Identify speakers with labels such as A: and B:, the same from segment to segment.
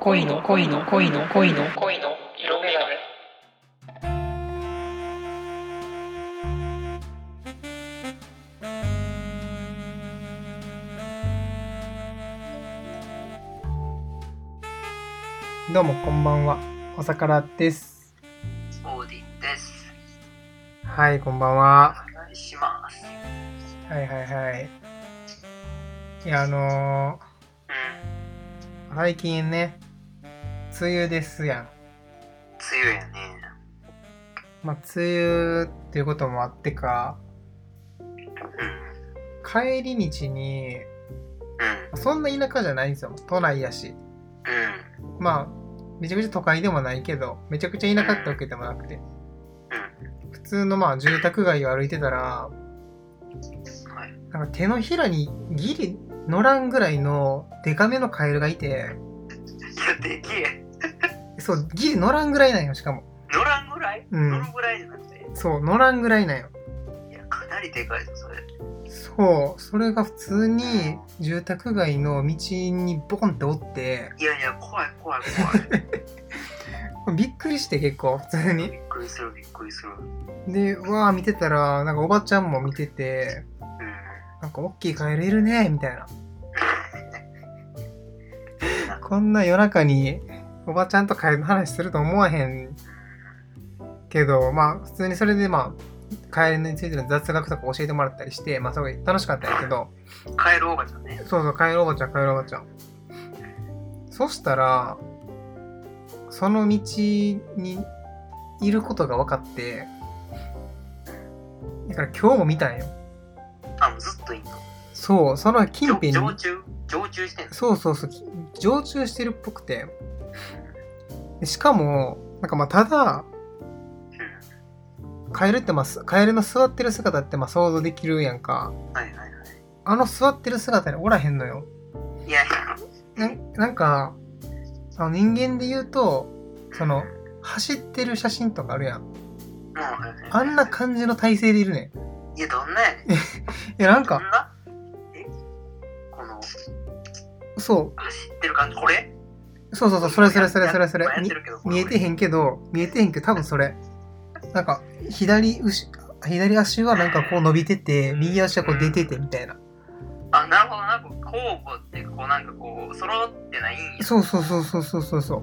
A: 恋の恋の恋の恋の恋の色眼鏡
B: どうもこんばんは、おさからです。
C: オーディンです。
B: はい、こんばんは。
C: お願いします。うん。
B: はいはいはい。いや、あのー、最近ね、梅雨ですやん。
C: 強いよね。
B: まあ、梅雨っていうこともあってか、帰り道に、
C: うん。
B: そんな田舎じゃないんですよ。都内やし。
C: うん。
B: まあ、めちゃくちゃ都会でもないけど、めちゃくちゃ田舎ってわけでもなくて。普通のまあ、住宅街を歩いてたら、
C: うん。はい。
B: なんか手のひらにギリ乗らんぐらいのデカめのカエルがいて、
C: いや、できえ。
B: そう、ギリ乗らんぐらいなんよ、しかも。
C: 乗らんぐらい、
B: うん
C: 乗るぐらいじゃなくて。
B: そう、乗らんぐらいなんよ。
C: いや、かなりでかいぞ、それ。
B: そう、それが普通に住宅街の道にボコンっておって、
C: いやいや、怖い怖い怖い。
B: びっくりして結構、普通に。
C: びっくりするびっくりする。うん。
B: で、うわー見てたら、なんかおばちゃんも見てて、なんか大きいカエルいるね、みたいな。こんな夜中におばちゃんとカエルの話すると思わへんけど、まあ普通にそれでまあ、カエルについての雑学とか教えてもらったりして、まあすごい楽しかったんやけど、
C: 帰るおばちゃんね。
B: そうそう、カエルおばちゃん、カエルおばちゃん。そしたら、その道にいることが分かって、だから今日も見たんよ。
C: あ、もうずっといんの。
B: そう、その近辺
C: 常常
B: に、
C: 駐常駐してんの。
B: そうそうそう、常駐してるっぽくて。でしかも、なんかまあ、ただ、
C: う
B: カエルってまあす、カエルの座ってる姿ってまあ想像できるやんか。
C: ん。はいはいは
B: あの座ってる姿におらへんのよ。
C: い。いやいや。
B: なんなんか、あの人間で言うと、その、走ってる写真とかあるやん。
C: もう、はいはい
B: あんな感じの体勢でいるねん。
C: い
B: い
C: や、どんなやねん。
B: や、な
C: ど
B: ん
C: ん
B: か、
C: なえこの、
B: そ
C: 走ってる感じ、これ
B: う、そうそうそう、それそれそれそれそれ
C: や。っ
B: み
C: てるけどこれ
B: 見えてへんけど、見えてへんけど、多分それ。なんか、左後、左足はなんかこう伸びてて、右足はこう出ててみたいな。
C: あ、なるほどな、こう交互って、こうなんかこう、揃ってないんや。
B: そうそうそうそうそうそうそう。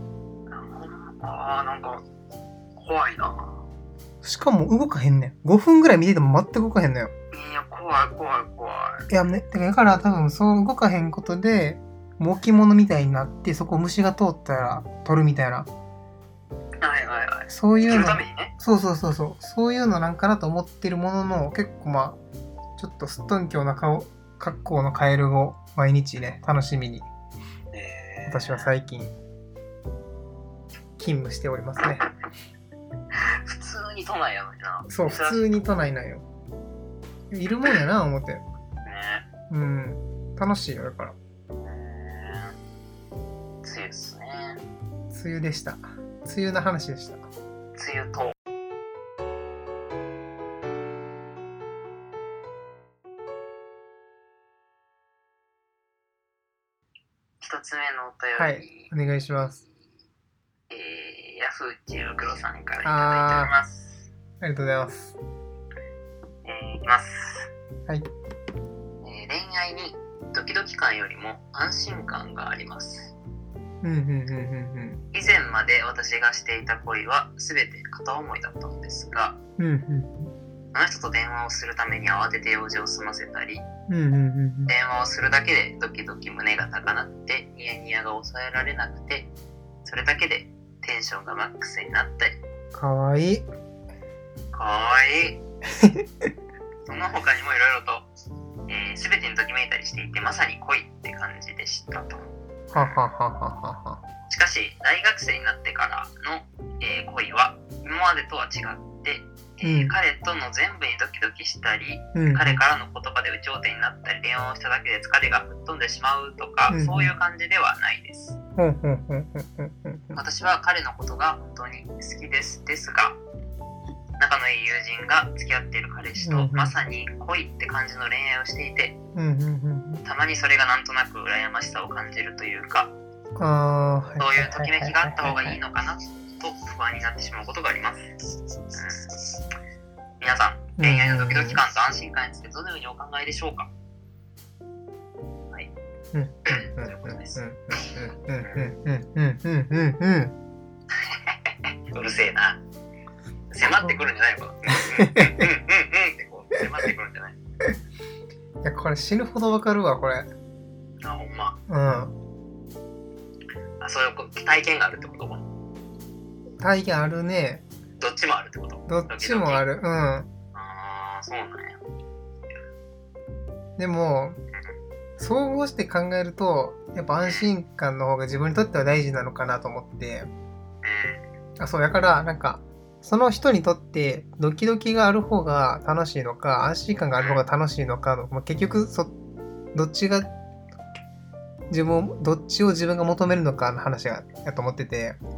C: ああ、なんか、怖いな。
B: しかも動かへんねん。5分ぐらい見てても全く動かへんのよ。
C: いや、怖い怖い怖い。
B: いや、ね、だからだから多分そう動かへんことで、もう置物みたいになって、そこを虫が通ったら取るみたいな。
C: はいはいはい。
B: そうい
C: 生き
B: うの
C: るた、めにね。
B: そうそうそうそう、そういうのなんかなと思ってるものの、結構まあ、ちょっとすっとんきょうな顔、格好のカエルを毎日ね、楽しみに。
C: え
B: 私は最近勤務しておりますね
C: ー、普通に都内やのにな。
B: そう普
C: ね。
B: 通に都内なんよいるもんやな思ってうん楽しいよだから
C: えー強いですね。
B: 梅雨でした梅雨の話でした
C: 梅雨と。一つ目のお
B: は
C: 便り。
B: いお願いします
C: えー、ヤフー知恵袋さんからいただいております。
B: ありがとうございます
C: えー、いきます。
B: はい
C: えー恋愛にドキドキ感よりも安心感があります。
B: うんうんうんうん
C: 以前まで私がしていた恋は全て片思いだったのですが、
B: うんうん
C: あの人と電話をするために慌てて用事を済ませたり、
B: うんうんうんうん
C: 電話をするだけでドキドキ胸が高鳴ってニヤニヤが抑えられなくて、それだけでテンションがマックスになって
B: かわいい
C: かわ いいその他にもいろいろと、えー、全てにときめいたりしていてまさに恋って感じでしたと
B: はははははは
C: しかし大学生になってからの、えー恋は今までとは違って、えー
B: うん
C: 彼との全部にドキドキしたり
B: うん
C: 彼からの言葉で有頂天になったり電話をしただけで疲れが吹っ飛んでしまうとか、
B: うん
C: そういう感じではないです
B: ほんほんほんほんほんほんほん
C: 私は彼のことが本当に好きですですが仲のいい友人が付き合っている彼氏
B: うんう
C: と
B: ん
C: まさに恋って感じの恋愛をしていて
B: うんうんうん
C: たまにそれがなんとなく羨ましさを感じるというか
B: ああ、
C: そういうときめきがあった方がいい
B: の。
C: のかなと不安になってしまうことがあります。うん、皆さん、恋愛のドキドキ感と安心感についてどのようにお考えでしょうか
B: う
C: とい
B: ん
C: うことです
B: うんうんうんうんうんうんうんうん。
C: うるせえな。迫ってくるんじゃないのかな。うんうんうんってこう、迫ってくるんじゃない
B: いや、これ死ぬほどわかるわ、これ。
C: あ、ほんま。
B: うん。
C: あ、そういうこ体験があるってことこの
B: 体験あるね。
C: どっちもあるってこと
B: どっちもあ
C: る。
B: る。う
C: ああ、そうなんや。
B: ん。でも、総合して考えると、やっぱ安心感の方が自分にとっては大事なのかなと思って。
C: う
B: あ、そう、だから、なんか、その人にとってドキドキがある方が楽しいのか、安心感がある方が楽しいのかの、まあ、結局そ、どっちが、自分を、どっちを自分が求めるのかの話が、やと思ってて。
C: ん。うん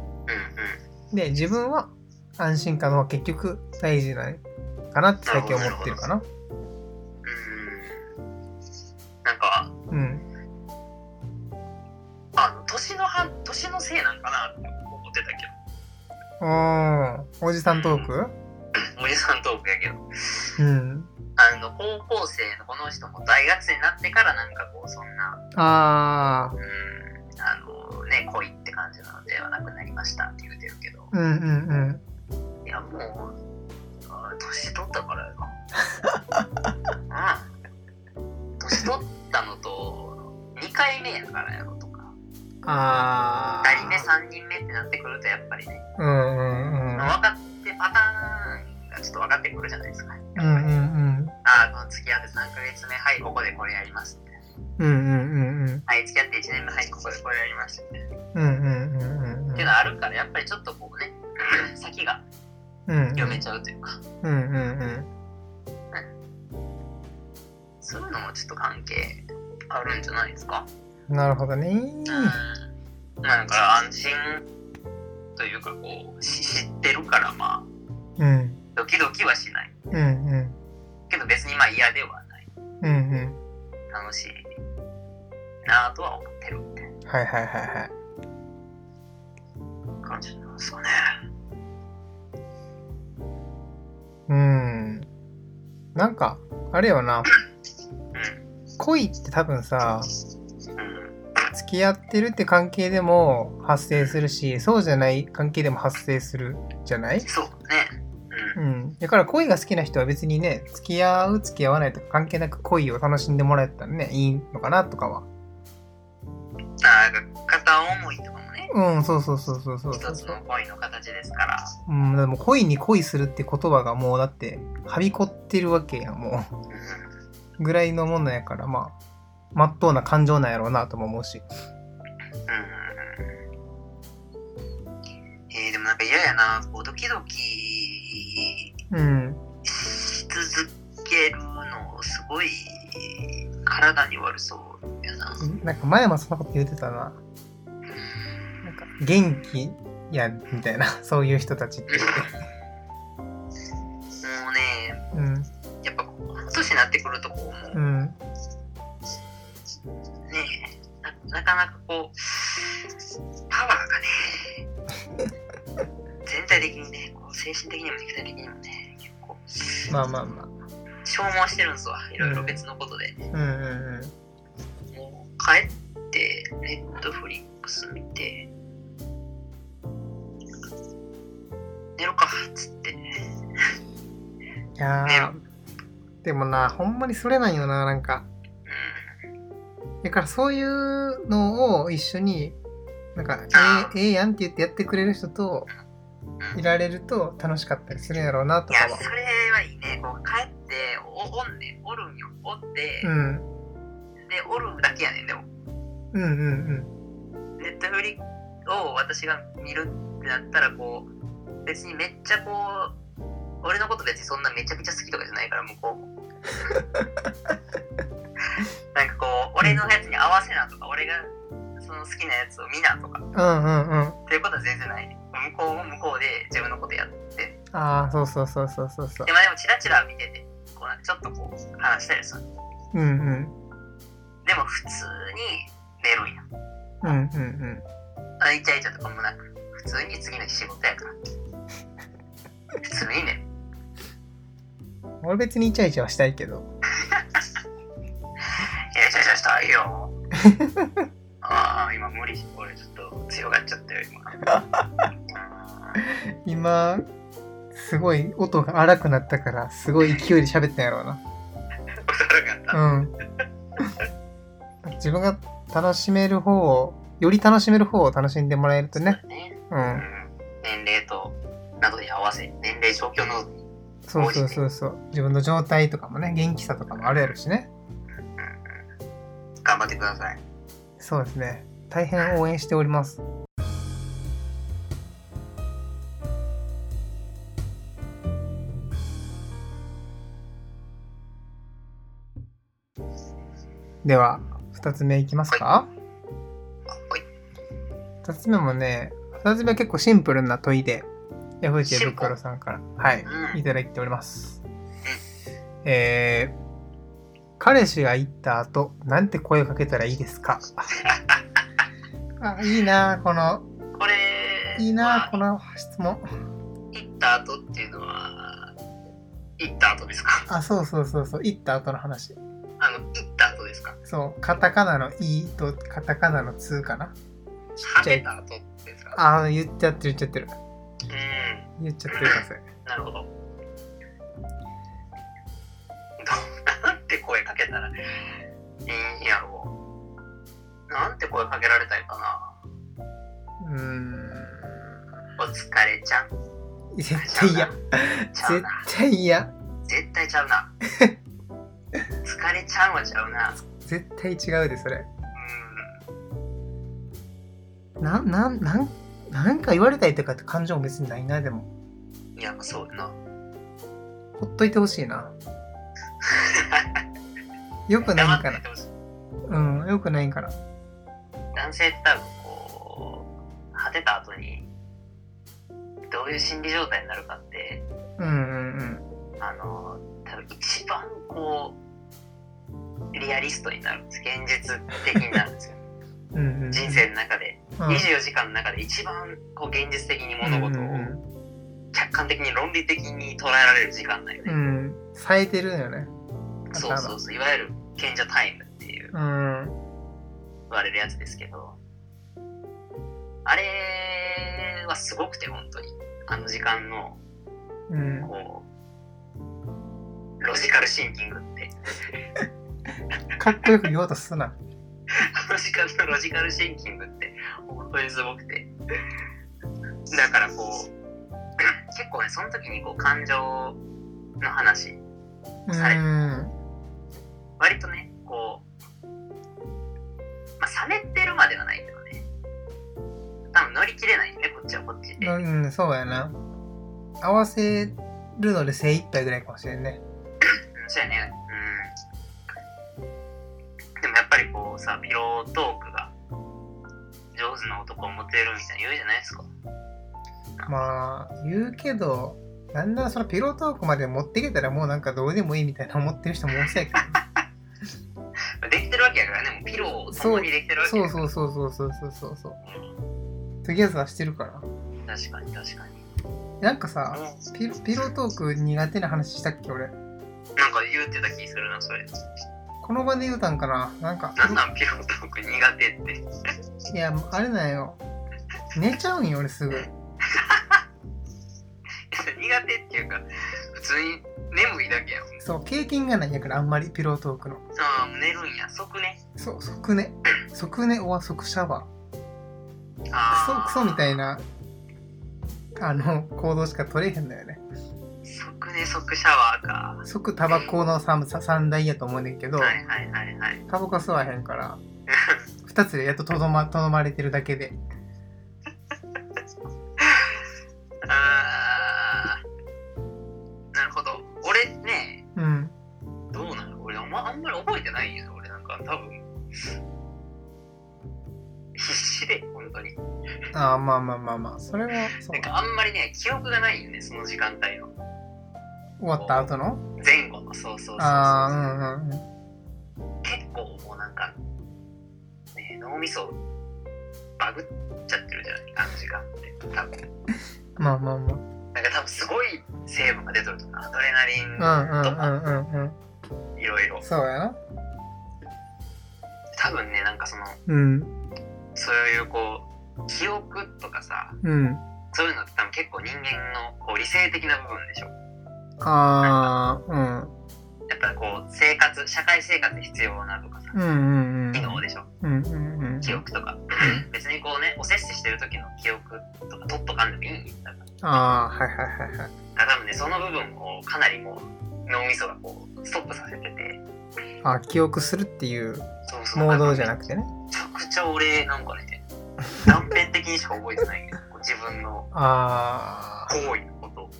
B: で、自分は安心感の方が結局大事なんかなって最近思ってるか
C: う
B: な。
C: ん。うん。なんか、
B: うん。
C: あ、年の半、年のせいなんかなって思ってたけど。
B: おー、おじさんトーク
C: おじさんトークやけど
B: うん。
C: あの高校生のこの人も大学生になってからなんかこうそんな
B: あ
C: うんあのね恋って感じなのではなくなりましたって言うてるけど
B: ー、うんうん
C: いやもうあ年取ったからや なうん年取ったのと2回目やからやろとか
B: うん。あ
C: 2人目3人目ってなってくるとやっぱりね
B: ー。うんうんうん。
C: 分かってパターンがちょっと分かってくるじゃないですか、
B: うんうん
C: あこの付き合って3ヶ月目はいここでこれやりますみたいな
B: うん。うんうんうんうん。
C: はい、付き合って1年目、はい、ここでこれやりましたみたいな。っ
B: うんうんうんうん
C: ていうのはあるから、やっぱりちょっとこうね、先が
B: うん
C: 読めちゃうというか、
B: うんうんうん
C: そういうのもちょっと関係あるんじゃないですか。
B: なるほどね
C: うん。まあだから安心というか、こう、し知ってるから、まあ、
B: うん
C: ドキドキはしない。
B: うんうん
C: けど別にまあ嫌ではない。
B: うんうん
C: 楽しいなぁとは思ってるみたい
B: はいはいはいはい
C: な感じなんですかね。
B: うんなんかあれよな
C: うん。
B: 恋って多分さ
C: うん。
B: 付き合ってるって関係でも発生するしそうじゃない関係でも発生するじゃない
C: そうね。う。
B: うんんだから恋が好きな人は別にね付き合う付き合わないとか関係なく恋を楽しんでもらえたらねいいのかなとかは
C: ああ、片思いとかもね、
B: うんそうそうそうそうそう
C: 一
B: そう
C: つの恋の形ですから。
B: うん、でも恋に恋するって言葉がもうだってはびこってるわけやんも
C: うん
B: うぐらいのものやからまあまっとうな感情なんやろうなとも思う
C: う
B: し
C: んえー、でもなんか嫌やな、こうドキドキ
B: うん
C: し続けるの、すごい体に悪そうやな。
B: なんか前もそんなこと言ってたななんか元気やみたいな そういう人たちって
C: もうね、
B: うん
C: やっぱこう、この年になってくると、こう、も
B: う
C: うんね、ななかなかこう、パワーがね、全体的にね、こう精神的にも肉体的にもね、結構、
B: まあまあまあ
C: 消耗してるんですわ、いろいろ別のことで。
B: うんうんうん
C: もう帰って、ネットフリックス見て、寝ろかっつって、
B: いや
C: 寝ろ。うん
B: ーでもなほんまにそれなんよななんかだからそういうのを一緒になんか
C: あ
B: ええええやんって言ってやってくれる人といられると楽しかったりするんやろうなと
C: い
B: か
C: や、
B: は
C: それはいいね。こう帰って、おおんねん、おるんよ、おって、
B: うん
C: で、おるだけやねん、でも、
B: うんうん
C: ネットフリを私が見るってなったら、こう、別にめっちゃこう、俺のこと別にそんなめちゃくちゃ好きとかじゃないから、向こうも。なんかこう、俺のやつに合わせなとか、俺がその好きなやつを見なとか、
B: うんうんうんうん
C: っていうことは全然ない。向こうも向こうで自分のことやって。
B: ああそうそうそうそうそうそう
C: でまあでもチラチラ見てて、こうなんかちょっとこう、話したりする。
B: うんうん
C: でも普通に寝るんや。
B: うんうんうん
C: あイチャイチャとかもなく普通に次の日仕事やから普通にね
B: うん。俺別にイチャイチャはしたいけど。
C: いやイチャイチャしたい よああ今無理俺ちょっと強がっちゃったよ 今うん
B: 今、すごい音が荒くなったから、すごい勢いで喋ったんやろうな。
C: 悪かった
B: うん。 自分が楽しめる方を、より楽しめる方を楽しんでもらえるとね。
C: ね、
B: う。
C: うんん、年齢となどに合わせ年齢状況の
B: そうそうそうそう。自分の状態とかもね、元気さとかもあるやろしね。
C: 頑張ってください
B: そうですね。大変応援しております。では、2つ目いきますか
C: あはい
B: 2つ目もね、2つ目は結構シンプルな問いで、ヤフーチェブクロさんから、はい、
C: う
B: い
C: ん
B: ただいております。えー、彼氏が行った後、なんて声をかけたらいいですかあ、いいなこの、
C: これ
B: いい
C: ま
B: な
C: あ
B: この質問。
C: 行った後っていうのは行った後ですか
B: あ、そうそうそうそう、行った後の話。
C: あの行った後ですか
B: そう、カタカナの「い」とカタカナの「つ」かな。ちっ
C: は
B: ちゃ
C: め
B: い。
C: た後ですか
B: あー、言っちゃってる言っちゃってる。
C: うん
B: 言っちゃってるからそれ。
C: なるほどどうなんて声かけたらいいんやろうなんて声かけられたいか
B: うーん。
C: なお疲れちゃん
B: 絶対嫌。
C: ちゃう
B: 絶
C: な
B: 対嫌。
C: 絶対ちゃうな疲れちゃんはちゃうな
B: 絶対違うで、それ。
C: う
B: なん、なん、なん、なんか言われたいとかって感情も別にないな、でも。
C: んいやそうだな
B: ほっといてほし いな。よくない
C: 黙っ
B: ん
C: て
B: か
C: い
B: な。
C: てほしい
B: うん、よくないんかな。
C: 男性って多分こう果てた後にどういう心理状態になるかって
B: うんうん
C: あの多分一番こうリアリストになるんです現実的になるんですよ
B: うん。うんうん、
C: 人生の中で
B: うん
C: 24時間の中で一番こう現実的に物事
B: う
C: を
B: んうん
C: 客観的に論理的に捉えられる時間だよ
B: う
C: ね、
B: ん、うん、冴えてるのよね
C: そうそうそういわゆる賢者タイムっていう
B: うん
C: 言われるやつですけどあれはすごくて本当にあの時間の
B: うん
C: こうロジカルシンキングって
B: かっこよく言おうとすな
C: あの時間のロジカルシンキングって本当にすごくてだからこう結構ねその時にこう感情の話
B: うん
C: され割とねこうまあ冷めてるまではないけどね多分乗り切れないよねこっちはこっちで
B: う。んそうやな合わせるので精一杯ぐらいかもしれんね
C: うんそうやね。うん。でもやっぱりこうさ、ピロートークが上手な男をモテるみたいな言うじゃないですか。
B: まあ言うけどだんだんそのピロートークまで持っていけたらもうなんかどうでもいいみたいな思ってる人も多そうやけどね
C: できてるわけやからね、もうピローを共にできてるわけ
B: そ
C: や
B: う
C: から。
B: そうそうそうそうそうそうそうトゥギャザーしてるから
C: うん確かに確かに。
B: なんかさ
C: うん
B: ピロピロートーク苦手な話したっけ俺
C: なんか言うてた気するな、それ。
B: この場で言うたんかななんか
C: なんなんピロートーク苦手って。
B: いや、あれなんよ。寝ちゃうんよ、俺すぐ。
C: 苦手っていうか、普通に眠いだけやもん。
B: そう、経験がないんやから、あんまりピロートークの。
C: ああ、寝るんや、即ね。
B: そう、即寝。即寝は即シャワー。
C: あ
B: ク
C: あ、
B: ソ、クソみたいな、あの、行動しか取れへんのよね。
C: 即ね、即シャワーか。
B: 即タバコの三さ三大やと思うねんけど、
C: はいはいはいはい。
B: タバコ吸わへんから、二つでやっととどま、とどまれてるだけで。
C: あーなるほど俺ね
B: うん。
C: どうなの俺あん,、まあんまり覚えてないんや俺なんか多分必死で本当に
B: ああ、まあまあまあまあ、それは、そう
C: なん。かあんまりね記憶がないよねその時間帯の
B: 終わった後の
C: 前後のそうそうそうそう
B: ああ、うんうんうん。
C: 結構もうなんか、ね、脳みそバグっちゃってるじゃない感じがあって多分
B: まあまあま
C: なんか多分すごい成分が出てるとかアドレナリン
B: あ。うんうんうんうんうん。
C: いろいろ
B: そうやな。
C: 多分ねなんかその
B: うん。
C: そういうこう記憶とかさ
B: うん。
C: そういうのって多分結構人間のこう理性的な部分でしょ
B: ああ、
C: やっぱこう生活社会生活に必要なとかさ
B: うん。うんうんうん。
C: 機能でしょ
B: うんうんうん。
C: 記憶とか別にこうねお摂取してる時の記憶とか取っとかんでもいいんだから
B: ああ、はいはい
C: だ
B: はいはい。
C: から多分ねその部分をかなりもう脳みそがこうストップさせてて
B: あー記憶するっていう
C: そうそう
B: モードじゃな
C: て
B: くてね。
C: めちゃくちゃ俺なんかね断片的にしか覚えてないけど こう自分の
B: ああ。
C: 行為のこと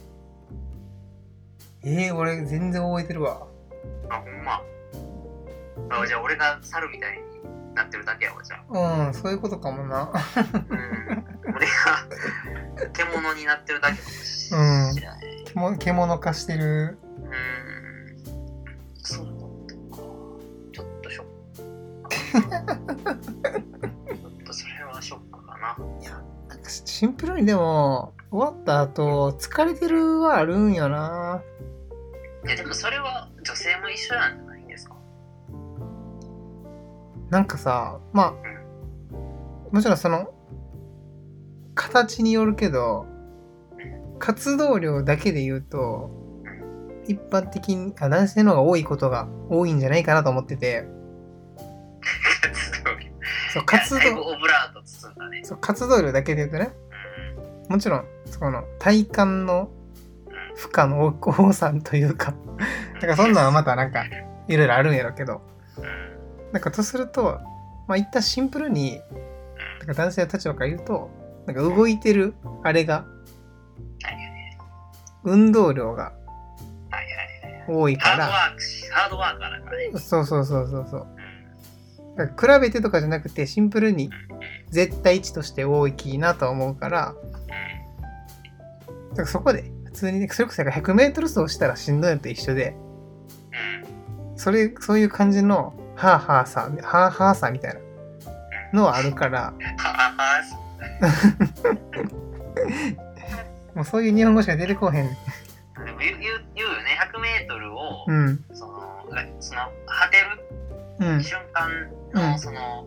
B: ええー、俺全然覚えてるわ。
C: あほんまあじゃあ俺が猿みたいになってるだけやわ じゃあ
B: うん、そういうことかもな。
C: うん俺が獣になってるだけかもしれ
B: う
C: なんい、
B: 獣獣化してる。
C: うーんそうだったか。ちょっとショッ ク。ちょっとそれはショックかな。
B: なんかシンプルにでも、終わった後、疲れてるはあるんよな。
C: いやでもそれは女性も一緒なんじゃないんですか。
B: なんかさ、まあ、もちろんその、形によるけど、活動量だけで言うと、一般的に、あ男性の方が多いことが多いんじゃないかなと思ってて、
C: 活動量。
B: そう 活
C: だいぶ
B: 動
C: オブラート包んだね。
B: そう活動量だけで言うとね、
C: う
B: もちろん、その、体感の負荷の多さというか、
C: ん。
B: だからそんなんはまたなんか、いろいろあるんやろうけど、
C: うん。
B: なんかとすると、まあ、一旦シンプルに、なんか男性の立場から言うと、なんか動いてるあれが、
C: はいはい
B: 運動量が
C: はいはい
B: 多い
C: ハード
B: か
C: ワ
B: ら、
C: ークし、ハードワーカーだからね。
B: そうそうそうそうそう。
C: う
B: だから比べてとかじゃなくて、シンプルに絶対値として多いきなとは思うから、だからそこで、普通にね、それこそなんか100メートル走したらしんどいのと一緒で、
C: ん。うん。
B: それ、そういう感じの、はあはあさ、はあはあさみたいなのはあるから、
C: はあ、
B: もうそういう日本語しか出てこうへん。
C: でも言う言う言うよね、100メートルを、
B: うん。
C: その、その、果てる
B: うん。
C: 瞬間
B: うん
C: のその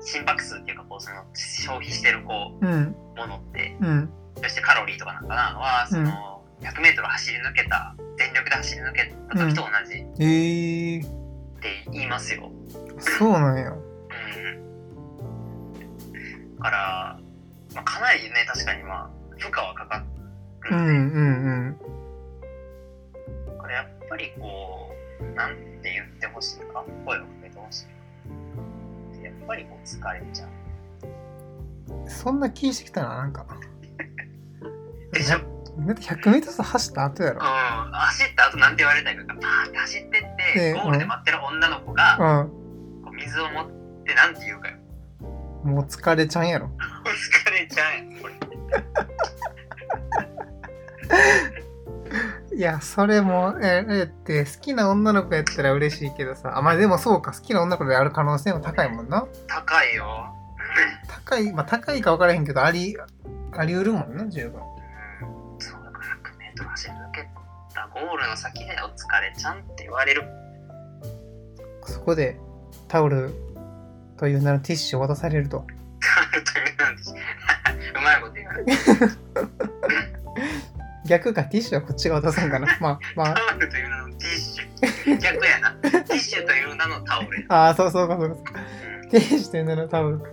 C: 心拍数っていうかこうその消費してるこ
B: うん。
C: うものって
B: うん。
C: そしてカロリーとかなんかなはその 100m 走り抜けた全力で走り抜けた時と同じっ
B: ええー、
C: て言いますよ。
B: そうなんや。
C: うん、だから、まあ、かなりね確かにまあ負荷はかか
B: う
C: るん
B: んう
C: で、
B: ん
C: これやっぱりこうなんて言ってほしいか声をかけてほしいやっぱりこう疲れちゃう。
B: うん。そんな気してきたな、なんか。
C: でしょ
B: だって 100m 走走った後や
C: うん
B: ろ。
C: 走った後なんて言われたいかパーって走ってって、
B: ええ
C: ゴールで待ってる女の子が、
B: う
C: こう水を持ってなんて言うかよ
B: ん。もう疲れちゃんやろ。
C: お疲れちゃうやんこれ
B: いや、それも、え、えって、好きな女の子やったら嬉しいけどさ。あ、まあでもそうか、好きな女の子である可能性も高いもんな。
C: 高いよ、
B: 高い、まあ高いか分からへんけど、あり、あり得るもんな、十分。
C: うん、そうだから100メートル走り抜けたゴールの先でお疲れちゃんって言われる
B: そこで、タオルという名のティッシュを渡されると。
C: あるというなんです うまいこと言われる
B: 逆か、ティッシュはこっちが渡さんかな。ま あ、まあ。
C: タオルという名のティッシュ逆やなティッシュという名のタオルや
B: ああ、そうそうか、そうか。
C: うん
B: 天使という名のタオルか。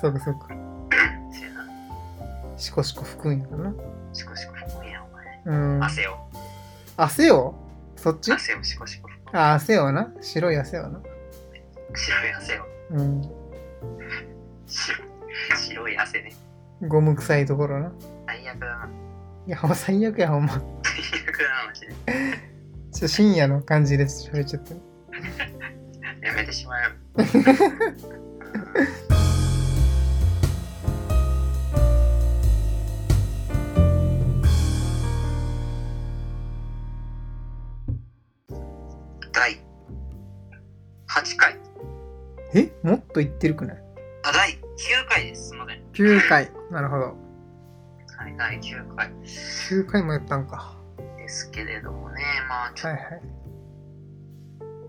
B: そうか、そうか。
C: せやな
B: シコシコ吹くんやかな。
C: シコシコ吹くんやお前
B: うん。
C: 汗を
B: 汗をそっちあ
C: 汗をシコシコ吹く
B: ー、汗をな。白い汗をな。
C: 白い汗を
B: うん。
C: 白い白い汗ね
B: ゴム臭いところな。
C: 最悪だない
B: や、ほんま最悪や、ほんま。ちょ
C: 最悪だなマジで
B: っと深夜の感じで喋っちゃって。
C: やめてしまえよ第8回
B: えもっと言ってるくない
C: あ第9回です。すみません。
B: 9回。なるほど。
C: はい、第9回
B: 9回もやったんか。
C: ですけれどもね、まあ、ち
B: は
C: ょ
B: い
C: っ
B: はい。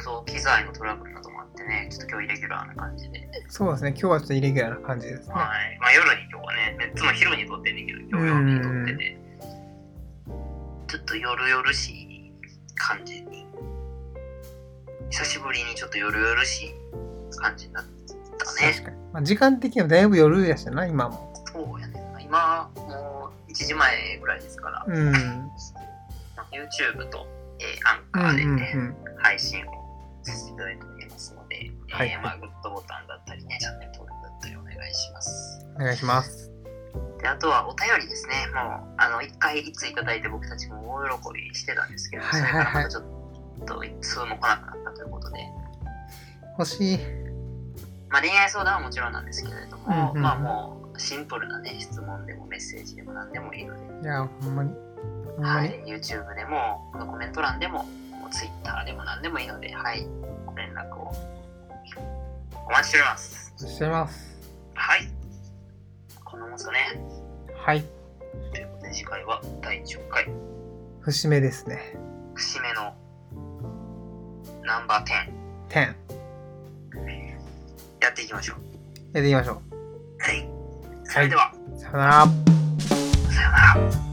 C: と機材のトラブルなどもあってね、ちょっと今日イレギュラーな感じで。
B: そうですね。今日はちょっとイレギュラーな感じですね。
C: はい。まあ夜に今日はね、いつも昼に撮ってんだけど、今日夜に撮ってて、ちょっと夜々しい感じに、久しぶりにちょっと夜々しい感じになったね。
B: 確かに。まあ、時間的にはだいぶ夜やしな、今も。
C: そうやね。今、もう1時前ぐらいですから、
B: うん。
C: YouTube と、えー、アンカ
B: う
C: ー
B: んう
C: で、ね
B: んうん。
C: 配信をさせていただいておりますので、
B: はい
C: えーまあ、グッドボタンだったりね、チャンネル登録だったりお願いします。
B: お願いします。
C: で、あとはお便りですね。もう、あの、一回いついただいて僕たちも大喜びしてたんですけど、
B: はいはい
C: そ
B: はい
C: れからまたちょっと一通も来なくなったということで、
B: 欲しい。
C: まあ、恋愛相談はもちろんなんですけれども、
B: うんうん
C: まあもう、シンプルなね、質問でもメッセージでも何でもいいので、
B: いや、ほんまに。ほんま
C: は
B: に。
C: い、YouTube でも、このコメント欄でも、もう Twitter でも何でもいいので、はい、ご連絡をお待ちしております。
B: お待ちしてます。
C: はい。こんなもんすかね。
B: はい。
C: ということで次回は第10回、
B: 節目ですね。
C: 節目のナンバー10
B: 10。
C: や
B: や
C: っていきましょう。
B: っていきましょ
C: はい。それでは、
B: う。さよな
C: さ
B: ら。
C: ようなら。